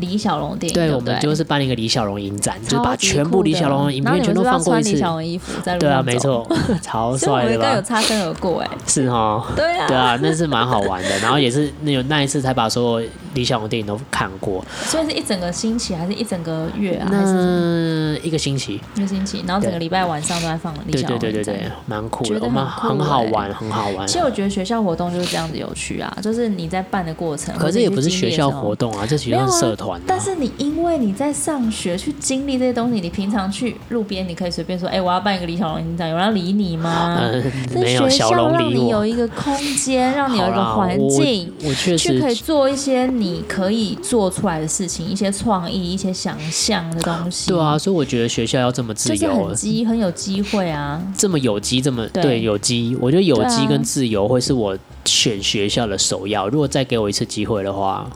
S1: 李小龙的电影，对不对，
S2: 我们就是办了一个李小龙影展，就是
S1: 超
S2: 把
S1: 级酷
S2: 全部李小龙的影
S1: 然后
S2: 片
S1: 你
S2: 全
S1: 们
S2: 都
S1: 是不是
S2: 放过一
S1: 要穿
S2: 次
S1: 李。小龙衣服在路上
S2: 对啊，
S1: 走
S2: 没，错， 超
S1: 所以我们
S2: 帅的
S1: 应该有
S2: 吧？
S1: 擦身而过哎、
S2: 是哦。
S1: 对啊，
S2: 对啊，那是蛮好玩的。然后也是那有那一次才把所有李小龙电影都看过，
S1: 所以是一整个星期还是一整个月啊，还是
S2: 那一个星期。
S1: 一个星期？然后整个
S2: 对
S1: 礼拜晚上都在放李
S2: 对
S1: 小
S2: 对
S1: 龙
S2: 对对
S1: 影展
S2: 对，蛮酷
S1: 觉
S2: 的，
S1: 得
S2: 我们
S1: 很
S2: 很
S1: 酷
S2: 好
S1: 欸
S2: 玩，很好玩。
S1: 其实我觉得学校活动就是这样子有趣啊，就是你在办的过程，
S2: 可是也不是学校活
S1: 动。
S2: 动啊，这学
S1: 没有
S2: 校
S1: 啊
S2: 是社团、啊。
S1: 但是你因为你在上学去经历这些东西，你平常去路边你可以随便说，哎、我要办一个李小龙影展，有人要理你吗？
S2: 嗯，
S1: 这
S2: 没有
S1: 学
S2: 小
S1: 校
S2: 龙
S1: 让
S2: 理
S1: 你有
S2: 我。
S1: 一个空间，让你有一个
S2: 好啦
S1: 环境，
S2: 我我确
S1: 去可以
S2: 实
S1: 做一些你可以做出来的事情，一些创意、一些想象的东西。
S2: 对啊，，所以我觉得学校要这么自
S1: 就是
S2: 由
S1: 很，机很有机会啊。
S2: 这么有机，这么
S1: 对
S2: 对有机，我觉得有
S1: 对啊
S2: 机跟自由会是我选学校的首要。如果再给我一次机会的话，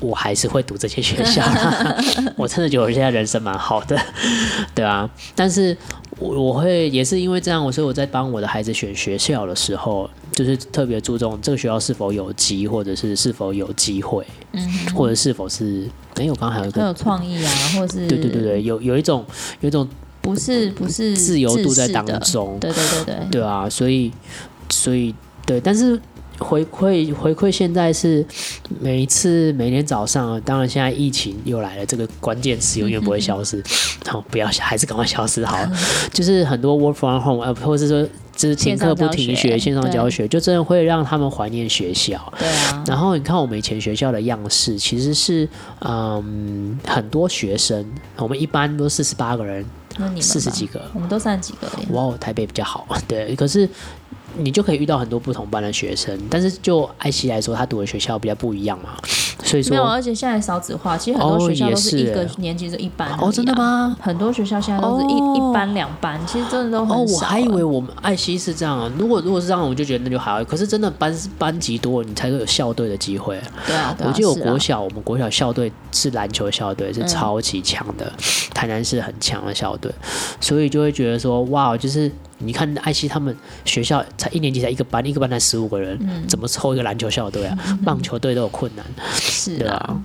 S2: 我还是会读这些学 校啦。我真的觉得我现在人生蛮好的， 对啊。但是我我会也是因为这样，我所以我在帮我的孩子选学校的时候，就是特别注重这个学校是否有机，或者是是否有机会，
S1: 嗯，
S2: 或者是否是哎、我刚刚还有一
S1: 很有
S2: 个，
S1: 创意啊，或是
S2: 对对对对，有有一种有一种
S1: 不是不是
S2: 自由度在
S1: 制式
S2: 当
S1: 的
S2: 中，
S1: 对对对对，
S2: 对啊，所以所以对，但是回馈回馈现在是每一次每天早上，啊当然现在疫情又来了，这个关键词永远不会消
S1: 嗯
S2: 失， 好、不要还是赶快消失好了。就是很多 work from home，呃，或是说就是停课不停学，线
S1: 线上教学
S2: 上教
S1: 对
S2: 学，就真的会让他们怀念学校。
S1: 对啊，
S2: 然后你看我们以前学校的样式，其实是嗯很多学生，我们一般都四十八个人，
S1: 那你们
S2: 四十
S1: 吧
S2: 几个，
S1: 我们都三十几个而已，
S2: 哇哦，台北比较好， 对，可是你就可以遇到很多不同班的学生，但是就艾希来说，他读的学校比较不一样嘛，所以
S1: 没有，啊
S2: 说，
S1: 而且现在少子化，其实很
S2: 哦
S1: 多学校
S2: 也
S1: 都
S2: 是
S1: 一个
S2: 欸
S1: 年级就一班而已啊
S2: 哦，真的？吗？
S1: 很多学校现在都是一、
S2: 哦
S1: 一班两班，其实真的都
S2: 哦，
S1: 很少啊
S2: 我
S1: 了。
S2: 还以为我们艾希是这样啊。如果如果是这样，我就觉得那就还好。可是真的班班级多，你才会有校队的机会。
S1: 对啊，对啊
S2: 我记得我
S1: 是啊嗯
S2: 国小，我们国小校队是篮球校队，是超级强的，台南是很强的校队，所以就会觉得说，哇，哦就是你看艾希他们学校才一年级才一个班，一个班才十五个人，
S1: 嗯
S2: 怎么凑一个篮球校队啊？棒球队都有困难，
S1: 是
S2: 对
S1: 啊。
S2: 啊，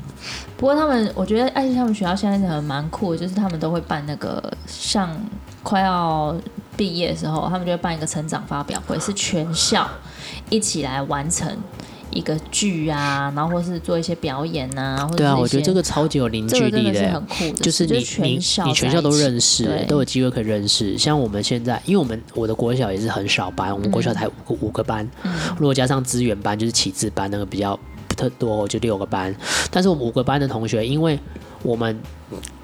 S1: 不过他们，呃我觉得爱惜他们学校现在很蛮酷的，就是他们都会办那个像快要毕业的时候，他们就会办一个成长发表会，是全校一起来完成一个剧啊，然后或是做一些表演啊，或者
S2: 对啊，
S1: 是一
S2: 我觉得
S1: 些
S2: 这个超级有凝
S1: 这
S2: 聚
S1: 个真
S2: 力
S1: 的
S2: 的
S1: 是
S2: 欸
S1: 很。酷的，
S2: 就是你
S1: 全校
S2: 你你全校都
S1: 在一起
S2: 认识
S1: 对，
S2: 都有机会可以认识。像我们现在，因为我们我的国小也是很少班，我们国
S1: 嗯
S2: 小才五个、五个班，如果加上资源班就是启智班那个比较不特多，就六个班。但是我们五个班的同学，因为我们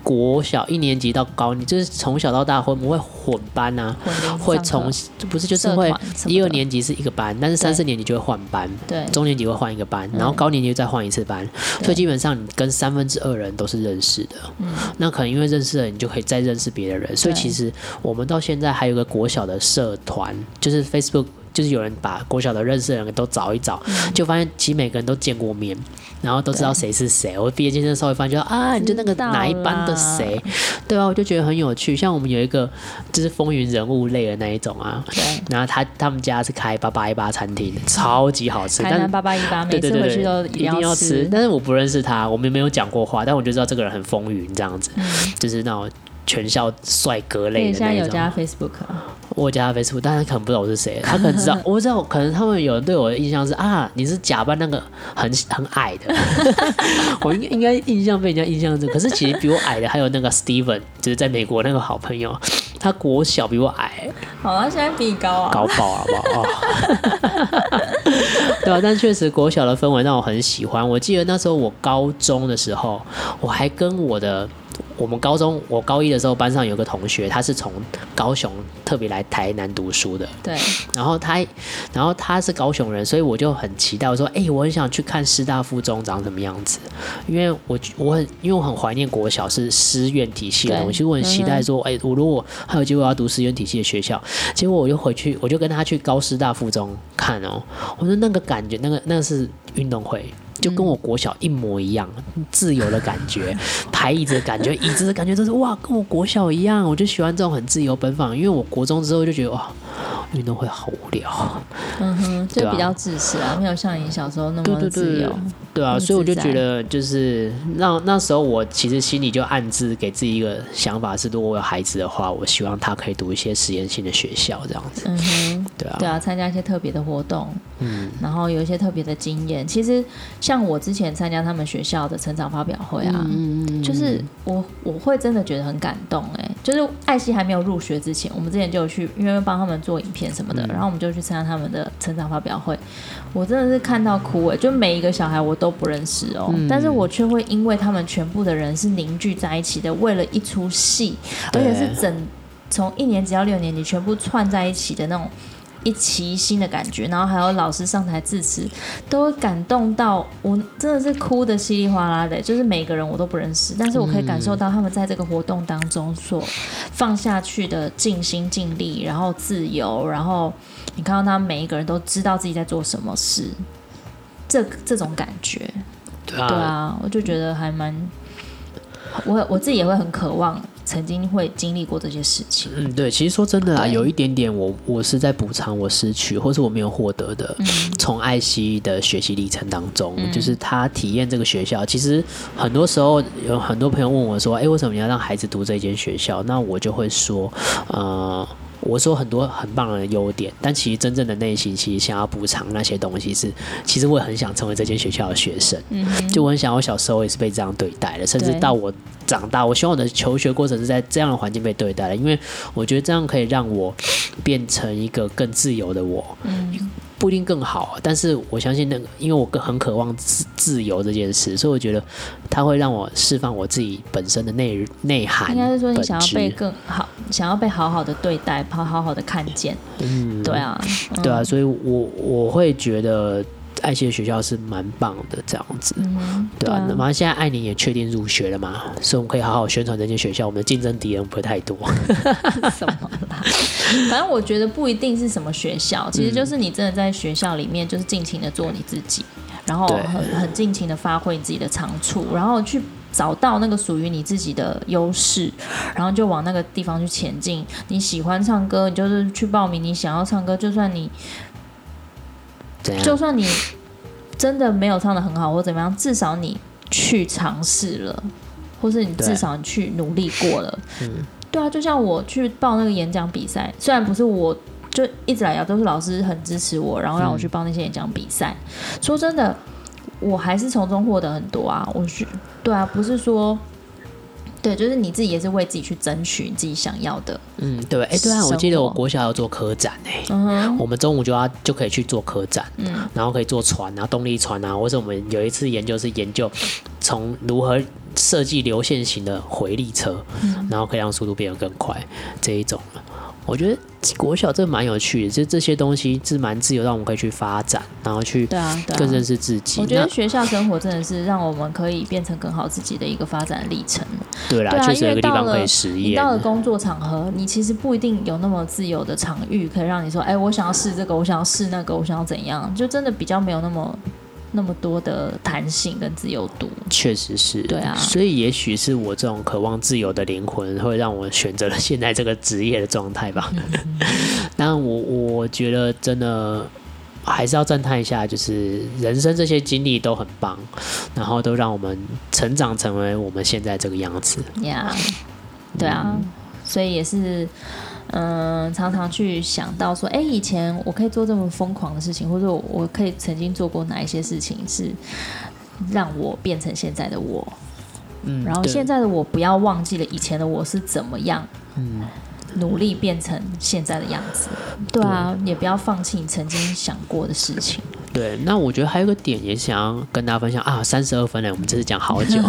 S2: 国小一年级到高，你就是从小到大会我们会混班啊，
S1: 混龄上课
S2: 会从不是就是
S1: 社
S2: 会
S1: 团什么
S2: 一二
S1: 的
S2: 年级是一个班，但是三四年级就会换班，
S1: 对嗯
S2: 中年级会换一个班，然后高年级再换一次班，所以基本上你跟三分之二人都是认识的，那可能因为认识了你就可以再认识别的人，所以
S1: 嗯对
S2: 其实我们到现在还有个国小的社团，就是 Facebook。就是有人把国小的认识的人都找一找，
S1: 嗯
S2: 就发现其实每个人都见过面，然后都知道谁是谁。我毕业纪念稍微发现就啊，你就那个哪一班的谁，对啊，我就觉得很有趣。像我们有一个就是风云人物类的那一种啊，
S1: 对
S2: 然后他他们家是开八八一八餐厅的，超级好吃，
S1: 台
S2: 但
S1: 南八八一八，
S2: 对
S1: 每次
S2: 对对
S1: 回
S2: 对，
S1: 去都
S2: 一定要吃
S1: 吃。。
S2: 但是我不认识他，我们没有讲过话，但我就知道这个人很风云，这样子，
S1: 嗯
S2: 就是那种全校帅哥
S1: 那
S2: 类
S1: 你
S2: 的
S1: 现在
S2: 那
S1: 有
S2: 种。
S1: 加 Facebook 啊？
S2: 我加他 Facebook，但他可能不知道我是谁，他可能知 道，我知道，可能他们有人对我的印象是啊，你是假扮那个很很矮的， 我应该应该印象被人家印象这个，可是其实比我矮的还有那个 Steven，就是在美国那个好朋友，他国小比我矮，
S1: 好啊，现在比你高啊，
S2: 高爆好不好？哦对啊，但确实国小的氛围让我很喜欢。我记得那时候我高中的时候，我还跟我的我们高中我高一的时候，班上有个同学，他是从高雄特别来台南读书的，
S1: 对，
S2: 然后他，然后他是高雄人，所以我就很期待，我说，哎、我很想去看师大附中长什么样子，因为我我很因为我很怀念国小是师院体系的
S1: 对
S2: 东西，我很期待说，哎、我如果还有机会我要读师院体系的学校，结果我就回去，我就跟他去高师大附中看哦，我说那个感觉，那个那个是运动会。就跟我国小一模一样，自由的感觉，排椅子的感觉，椅子的感觉都是哇，跟我国小一样，我就喜欢这种很自由奔放。因为我国中之后就觉得哇，运动会好无聊，
S1: 嗯哼，
S2: 对
S1: 就
S2: 啊
S1: 比较自私啊，没有像你小时候那
S2: 对
S1: 么
S2: 对
S1: 自
S2: 对
S1: 由。，
S2: 对啊，
S1: 很
S2: 所以我就
S1: 自在
S2: 觉得就是那那时候我其实心里就暗自给自己一个想法是，如果我有孩子的话，我希望他可以读一些实验性的学校这样子，
S1: 嗯哼，
S2: 对啊，
S1: 对啊，参加一些特别的活动，嗯，然后有一些特别的经验。其实像我之前参加他们学校的成长发表会啊，就是我我会真的觉得很感动哎、就是艾希还没有入学之前，我们之前就有去，因为帮他们做影片什么的，然后我们就去参加他们的成长发表会，我真的是看到哭哎、就每一个小孩我都不认识哦、但是我却会因为他们全部的人是凝聚在一起的，为了一出戏，而
S2: 对
S1: 且是整从一年级到六年级全部串在一起的那种一齐心的感觉，然后还有老师上台致辞，都会感动到我真的是哭的稀里哗啦的，就是每个人我都不认识，但是我可以感受
S2: 嗯
S1: 到他们在这个活动当中所放下去的尽心尽力，然后自由，然后你看到他们每一个人都知道自己在做什么事，这这种感觉，
S2: 对啊，
S1: 对啊，我就觉得还蛮，我我自己也会很渴望曾经会经历过这些事情。
S2: 嗯，对，其实说真的啦，
S1: 对
S2: 有一点点我我是在补偿我失去或是我没有获得的， 从艾希的学习历程当中，就是他体验这个学校。其实很多时候有很多朋友问我说：“哎，为什么你要让孩子读这间学校？”那我就会说：“呃。”我说很多很棒的优点，但其实真正的内心其实想要补偿那些东西是，其实我也很想成为这间学校的学生。
S1: 嗯哼，
S2: 就我很想，我小时候也是被这样对待的，甚至
S1: 对
S2: 到我长大，我希望我的求学过程是在这样的环境被对待的，因为我觉得这样可以让我变成一个更自由的我，
S1: 嗯
S2: 不一定更好，但是我相信那个，因为我更很渴望自自由这件事，所以我觉得它会让我释放我自己本身的内内涵，
S1: 应该是说你
S2: 本
S1: 想要
S2: 质
S1: 被更好，想要被好好的对待，好好好的看见。
S2: 嗯
S1: 对啊，嗯
S2: 对啊，，所以我我会觉得爱惜的学校是蛮棒的这样子，
S1: 嗯哼，
S2: 对啊，马上现在艾宁也确定入学了嘛，所以我们可以好好宣传这间学校，我们的竞争敌人不会太多。
S1: 什么啦？反正我觉得不一定是什么学校，其实就是你真的在学校里面，就是尽情的做你自己，然后
S2: 对
S1: 很很尽情的发挥你自己的长处，然后去。找到那个属于你自己的优势，然后就往那个地方去前进。你喜欢唱歌，你就是去报名你想要唱歌。就算你，
S2: 怎样？
S1: 就算你真的没有唱的很好或怎么样，至少你去尝试了，或是你
S2: 对
S1: 至少你去努力过了。对啊，就像我去报那个演讲比赛，虽然不是我，就一直来要都是老师很支持我，然后让我去报那些演讲比赛。说真的，我还是从中获得很多啊。我去，对啊，不是说。对，就是你自己也是为自己去争取你自己想要的。
S2: 嗯，对，哎，对啊，
S1: 生
S2: 我记得我
S1: 活
S2: 国小要做科展哎、
S1: 嗯哼，
S2: 我们中午就要就可以去做科展，
S1: 嗯
S2: 然后可以坐船啊，动力船啊，或者我们有一次研究是研究从如何设计流线型的回力车，
S1: 嗯
S2: 然后可以让速度变得更快这一种。我觉得国小这蛮有趣的，就这些东西是蛮自由，让我们可以去发展，然后去
S1: 对啊，对啊。
S2: 更认识自己。
S1: 我觉得
S2: 那
S1: 学校生活真的是让我们可以变成更好自己的一个发展历程。
S2: 对啦，
S1: 对啊
S2: 确实
S1: 因
S2: 有
S1: 为
S2: 一个
S1: 到
S2: 地方可
S1: 了
S2: 以实
S1: 你
S2: 验。啊
S1: 到了工作场合，你其实不一定有那么自由的场域，可以让你说，哎，我想要试这个，我想要试那个，我想要怎样，就真的比较没有那么那么多的弹性跟自由度。
S2: 确实是，
S1: 对啊
S2: 所以也许是我这种渴望自由的灵魂，会让我选择了现在这个职业的状态吧。
S1: 嗯
S2: 但我我觉得真的还是要赞叹一下，就是人生这些经历都很棒，然后都让我们成长成为我们现在这个样子。
S1: 呀、
S2: 嗯
S1: 对啊，所以也是，嗯、常常去想到说，哎，以前我可以做这么疯狂的事情，或者我我可以曾经做过哪一些事情是让我变成现在的我，
S2: 嗯
S1: 然后
S2: 对
S1: 现在的我不要忘记了以前的我是怎么样，努力变成现在的样子。对啊，也不要放弃你曾经想过的事 情。
S2: 对，那我觉得还有个点也想要跟大家分享啊，三十二分嘞，我们这次讲好久，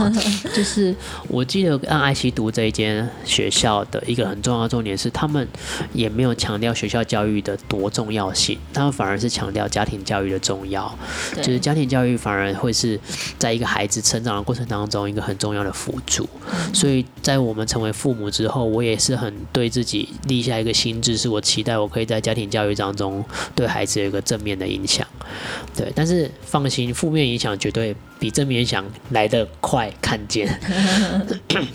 S2: 就是我记得让爱惜读这一间学校的一个很重要的重点是，他们也没有强调学校教育的多重要性，他们反而是强调家庭教育的重要，
S1: 对，
S2: 就是家庭教育反而会是在一个孩子成长的过程当中一个很重要的辅助，所以在我们成为父母之后，我也是很对自己立下一个心智，是我期待我可以在家庭教育当中对孩子有一个正面的影响。对，但是放心，负面影响绝对比正面影响来得快看见。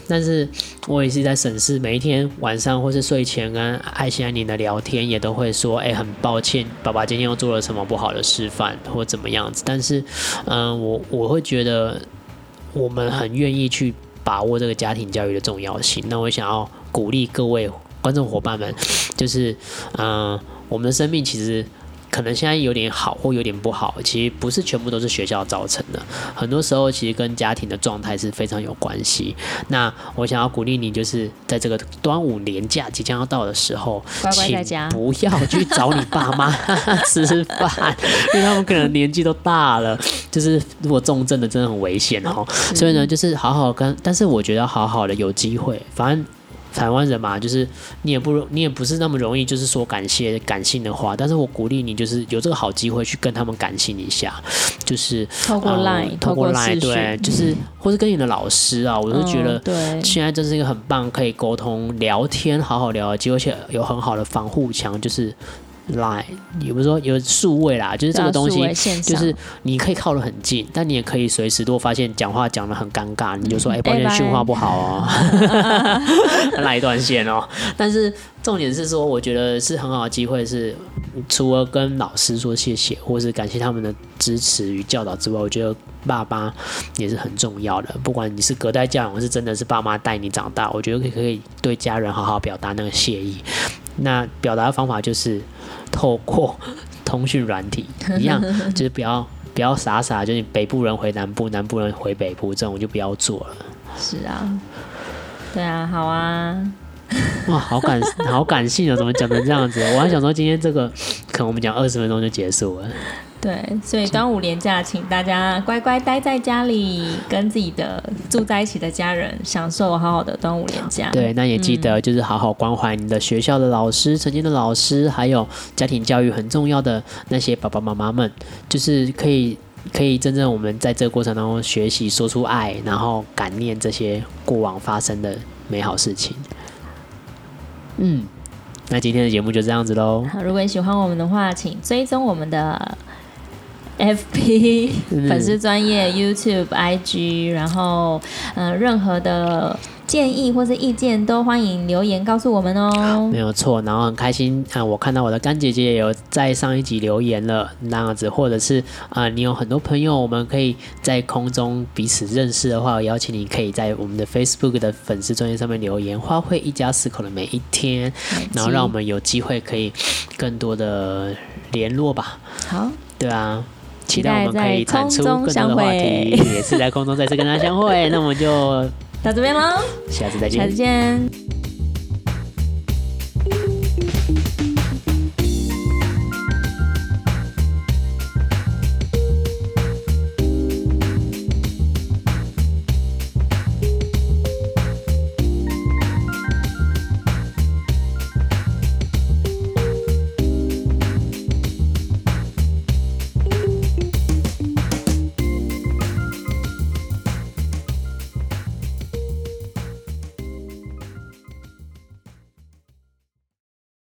S2: 但是我也是在审视每一天晚上或是睡前跟艾希安妮的聊天，也都会说，哎、很抱歉，爸爸今天又做了什么不好的示范或怎么样子。但是，嗯，我我会觉得我们很愿意去把握这个家庭教育的重要性。那我想要鼓励各位观众伙伴们，就是，嗯、我们的生命其实。可能现在有点好或有点不好，其实不是全部都是学校造成的，很多时候其实跟家庭的状态是非常有关系。那我想要鼓励你，就是在这个端午连假即将要到的时候，
S1: 乖乖在
S2: 请
S1: 家
S2: 不要去找你爸妈吃饭，因为他们可能年纪都大了，就是如果重症的真的很危 险哦。
S1: 嗯
S2: 所以呢，就是好好跟，但是我觉得好好的有机会，反正。台湾人嘛，就是你也不容，你也不是那么容易，就是说感谢感性的话。但是我鼓励你，就是有这个好机会去跟他们感性一下，就是
S1: 透过
S2: 呃
S1: Line，、
S2: 透
S1: 过
S2: 过
S1: 视
S2: Line，对，
S1: 讯，嗯
S2: 就是、或是跟你的老师啊，我
S1: 我
S2: 就觉得
S1: 对，
S2: 现在这是一个很棒可以沟通、聊天、好好聊的机会，而且有很好的防护墙，就是 Line，也不是说有数位啦，就是这个东西
S1: 对啊数位线
S2: 就
S1: 上
S2: 是你可以靠得很近，但你也可以随时，如果发现讲话讲得很尴尬，你就说：“哎、抱
S1: 哎
S2: 歉，
S1: 拜
S2: 讯话不好哦， 拉一段线哦。” 但是重点是说，我觉得是很好的机会是，除了跟老师说谢谢，或是感谢他们的支持与教导之外，我觉得爸爸也是很重要的。不管你是隔代教养，或是真的是爸妈带你长大，我觉得可以可以对家人好好表达那个谢 意。那表达的方法就是透过通讯软体一 样，就是不要不要傻傻，就是北部人回南部，南部人回北部，这种就不要做了。
S1: 是啊，对啊，好啊，
S2: 哇，好感 好感性哦，怎么讲成这样子？我还想说今天这个可能我们讲二十分钟就结束了。
S1: 对，所以端午连假，请大家乖乖待在家里，跟自己的住在一起的家人享受好好的端午连假。
S2: 对，那也记得就是好好关怀你的学校的老师、曾经的老师，还有家庭教育很重要的那些爸爸妈妈们，就是可以可以真正我们在这个过程当中学习说出爱，然后感念这些过往发生的美好事情。嗯，那今天的节目就这样子喽。
S1: 好，如果你喜欢我们的话，请追踪我们的 FB
S2: 嗯
S1: 粉丝专业、YouTube、IG，然后嗯、呃任何的建议或是意见都欢迎留言告诉我们哦
S2: 没。有错，然后很开心啊、我看到我的干姐姐也有在上一集留言了，那样子，或者是啊、你有很多朋友，我们可以在空中彼此认识的话，我邀请你可以在我们的 Facebook 的粉丝专页上面留言，花卉一家四口的每一天，
S1: 嗯
S2: 然后让我们有机会可以更多的联络吧，
S1: 好，
S2: 对啊。期
S1: 期
S2: 待
S1: 待
S2: 我们可以产出更多
S1: 在
S2: 的
S1: 空中
S2: 话
S1: 相会
S2: 题，也是在空中再次跟大家相会。那我们就
S1: 到这边喽，
S2: 下次再见，
S1: 下次见。